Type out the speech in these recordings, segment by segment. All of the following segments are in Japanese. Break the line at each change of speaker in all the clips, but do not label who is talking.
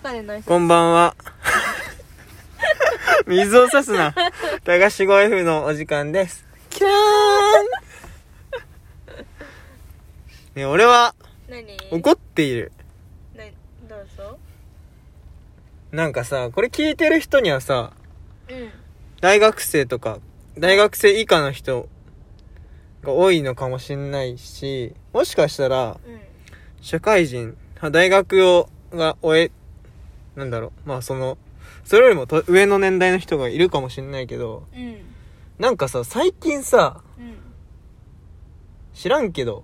金ない
こんばんは。 水を差すな。高志語 F のお時間です。キャーンねえ俺は
何
怒っている。
などうぞ
なんかさ、これ聞いてる人にはさ、
うん
大学生とか、大学生以下の人が多いのかもしんないし、もしかしたら、
うん
社会人、あ大学を、が終え、なんだろう、まあその、それよりもと上の年代の人がいるかもしんないけど、
うん
なんかさ、最近さ、
うん
知らんけど、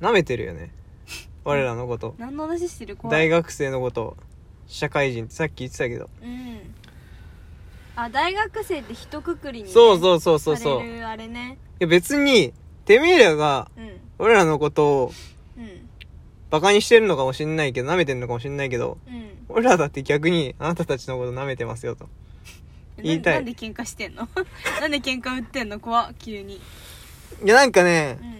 舐めてる よね。我らのこと。
何の話してる怖い
大学生のこと、社会人ってさっき言ってたけど。
うんあ大学生って一括りにね
そうそうそうそうそう。
され
い
るあれね
や別に、てめえらが、
うん
俺らのことを、
うん
バカにしてるのかもしんないけど、舐めてるのかもしんないけど、
うん
俺らだって逆に、あなたたちのこと舐めてますよと。言いたい
ななんで喧嘩してんの なんで喧嘩売ってんの怖っ急に
いやなんかね
う、ん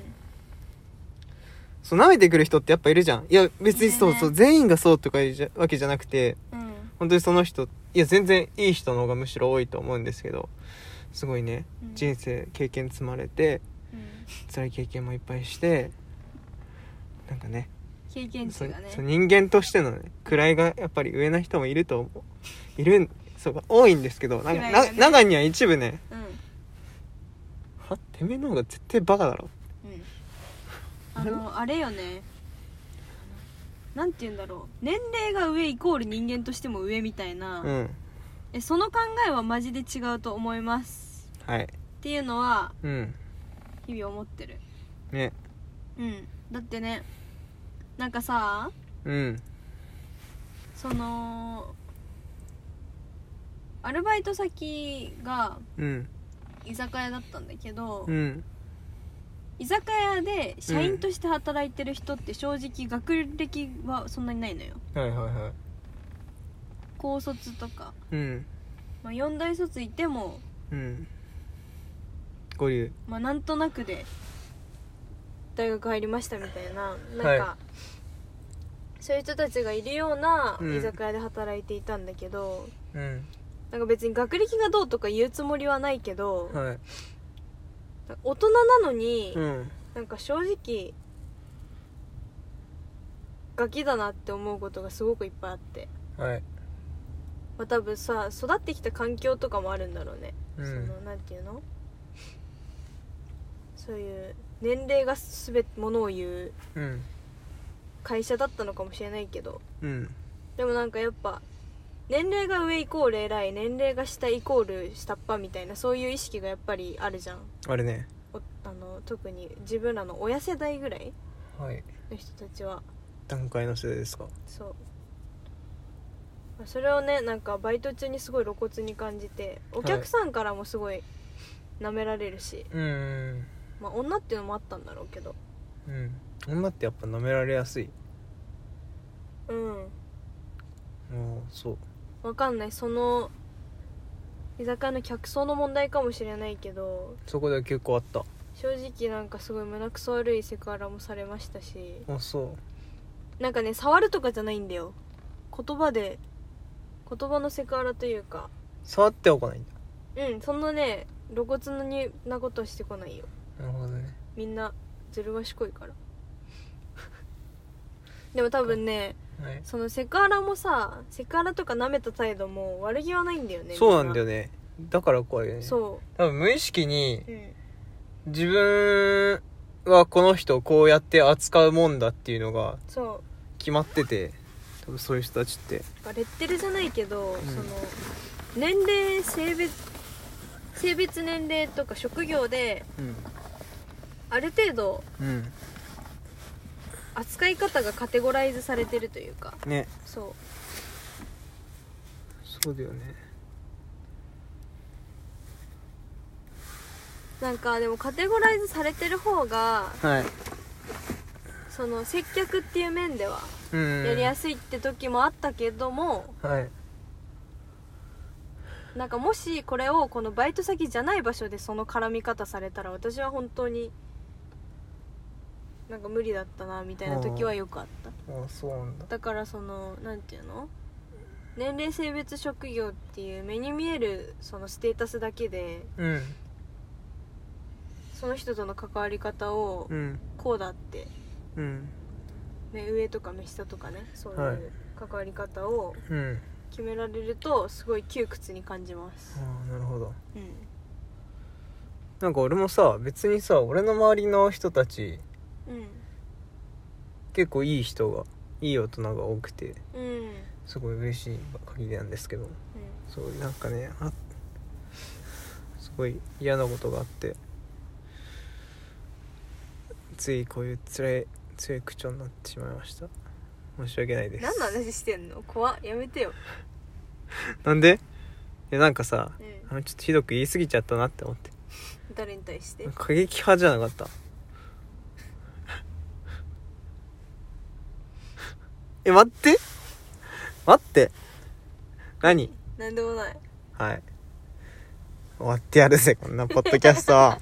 そう、舐めてくる人ってやっぱいるじゃん。いや、別にそう
ね
そう、全員がそうとかいうじゃわけじゃなくて、
うん
本当にその人、いや、全然いい人の方がむしろ多いと思うんですけど、すごいね、
うん
人生経験積まれて、
うん
辛い経験もいっぱいして、なんかね、
経験
そ
値がね
そう人間としてのね、位がやっぱり上な人もいると思う。いるん、そうか、多いんですけど、なんか、
位が
な
ね
中には一部ね、
うんうん
はてめえの方が絶対バカだろ。
あ のあれよねなんて言うんだろう年齢が上イコール人間としても上みたいな、
うん。
えその考えはマジで違うと思います
はい。
っていうのは
うん。
日々思ってる
ね。
うんだってねなんかさ
うん。
そのアルバイト先が
うん。
居酒屋だったんだけど、
うん。
居酒屋で社員として働いてる人って正直学歴はそんなにないのよ
はいはいはい。
高卒とか、
うん。
まあ、4大卒いても、
うん。五流。
まあ、なんとなくで大学入りましたみたいななんか、
は
そういう人たちがいるような
うん
居酒屋で働いていたんだけど、
うん。
なんか別に学歴がどうとか言うつもりはないけど、
はい。
大人なのに、
ん。
なんか正直ガキだなって思うことがすごくいっぱいあって、
はい。
まあ、多分さ育ってきた環境とかもあるんだろうね、
う
そ
ん
の。なんていうのそういう年齢が全てものを言う
うん。
会社だったのかもしれないけど
うん。
でもなんかやっぱ年齢が上イコール偉い年齢が下イコール下っ端みたいなそういう意識がやっぱりあるじゃん
あれね。
おあの特に自分らの親世代ぐらい
はい。
の人たちは
段階の世代ですか。
そうまあそれをねなんかバイト中にすごい露骨に感じてお客さんからもすごい舐められるし、
うん。
まあ女っていうのもあったんだろうけど
うん。女ってやっぱ舐められやすい。
うん
もう、そう。
わかんないその居酒屋の客層の問題かもしれないけど
そこで結構あった。
正直なんかすごい胸くそ悪いセクハラもされましたし
あ、そ
なんかね触るとかじゃないんだよ言葉で言葉のセクハラというか
う。触ってはこないんだ。
うんそんなね露骨なになことはしてこないよ
なるほどね。
みんなずる賢いから でも多分ね
はい。
そのセクハラもさセクハラとか舐めた態度も悪気はないんだよね
そうなんだよ
ね
ね。だから怖いよね。う。
そ
多分無意識に
う、うん
自分はこの人をこうやって扱うもんだっていうのが
そう
決まってて、多分そういう人たちって。
まあレッテルじゃないけど、
ん
その年齢性別性別年齢とか職業で
うん。
ある程度
うん。
扱い方がカテゴライズされてるというか
ね。
そ
そうだよね。
うなんかでもカテゴライズされてる方が
はい。
その接客っていう面では
うん
やりやすいって時もあったけども、
はい。
なんかもしこれをこのバイト先じゃない場所でその絡み方されたら私は本当になんか無理だったなみたいな時はよくあった
あそうなんだ
だからそのなんていうの年齢性別職業っていう目に見えるそのステータスだけで
うん
その人との関わり方を
うん
こうだって、
うん
ね、上とか目下とかねそうい
はいう
関わり方を
うん
決められるとすごい窮屈に感じます、
ああなるほど
うん、
なんか俺もさ別にさ俺の周りの人たち
うん
結構いい人がいい大人が多くて
うんうん
すごい嬉しい限りなんですけどそうなんかねあすごい嫌なことがあってついこういうつらい強い口調になってしまいました申し訳ないです
何の話してんの怖っやめてよ、
なんでいやなんかさ
うん、
あのちょっとひどく言い過ぎちゃったなって思って
誰に対して
過激派じゃなかった え待って待って何
何でもない
はい終わってやるぜこんなポッドキャスト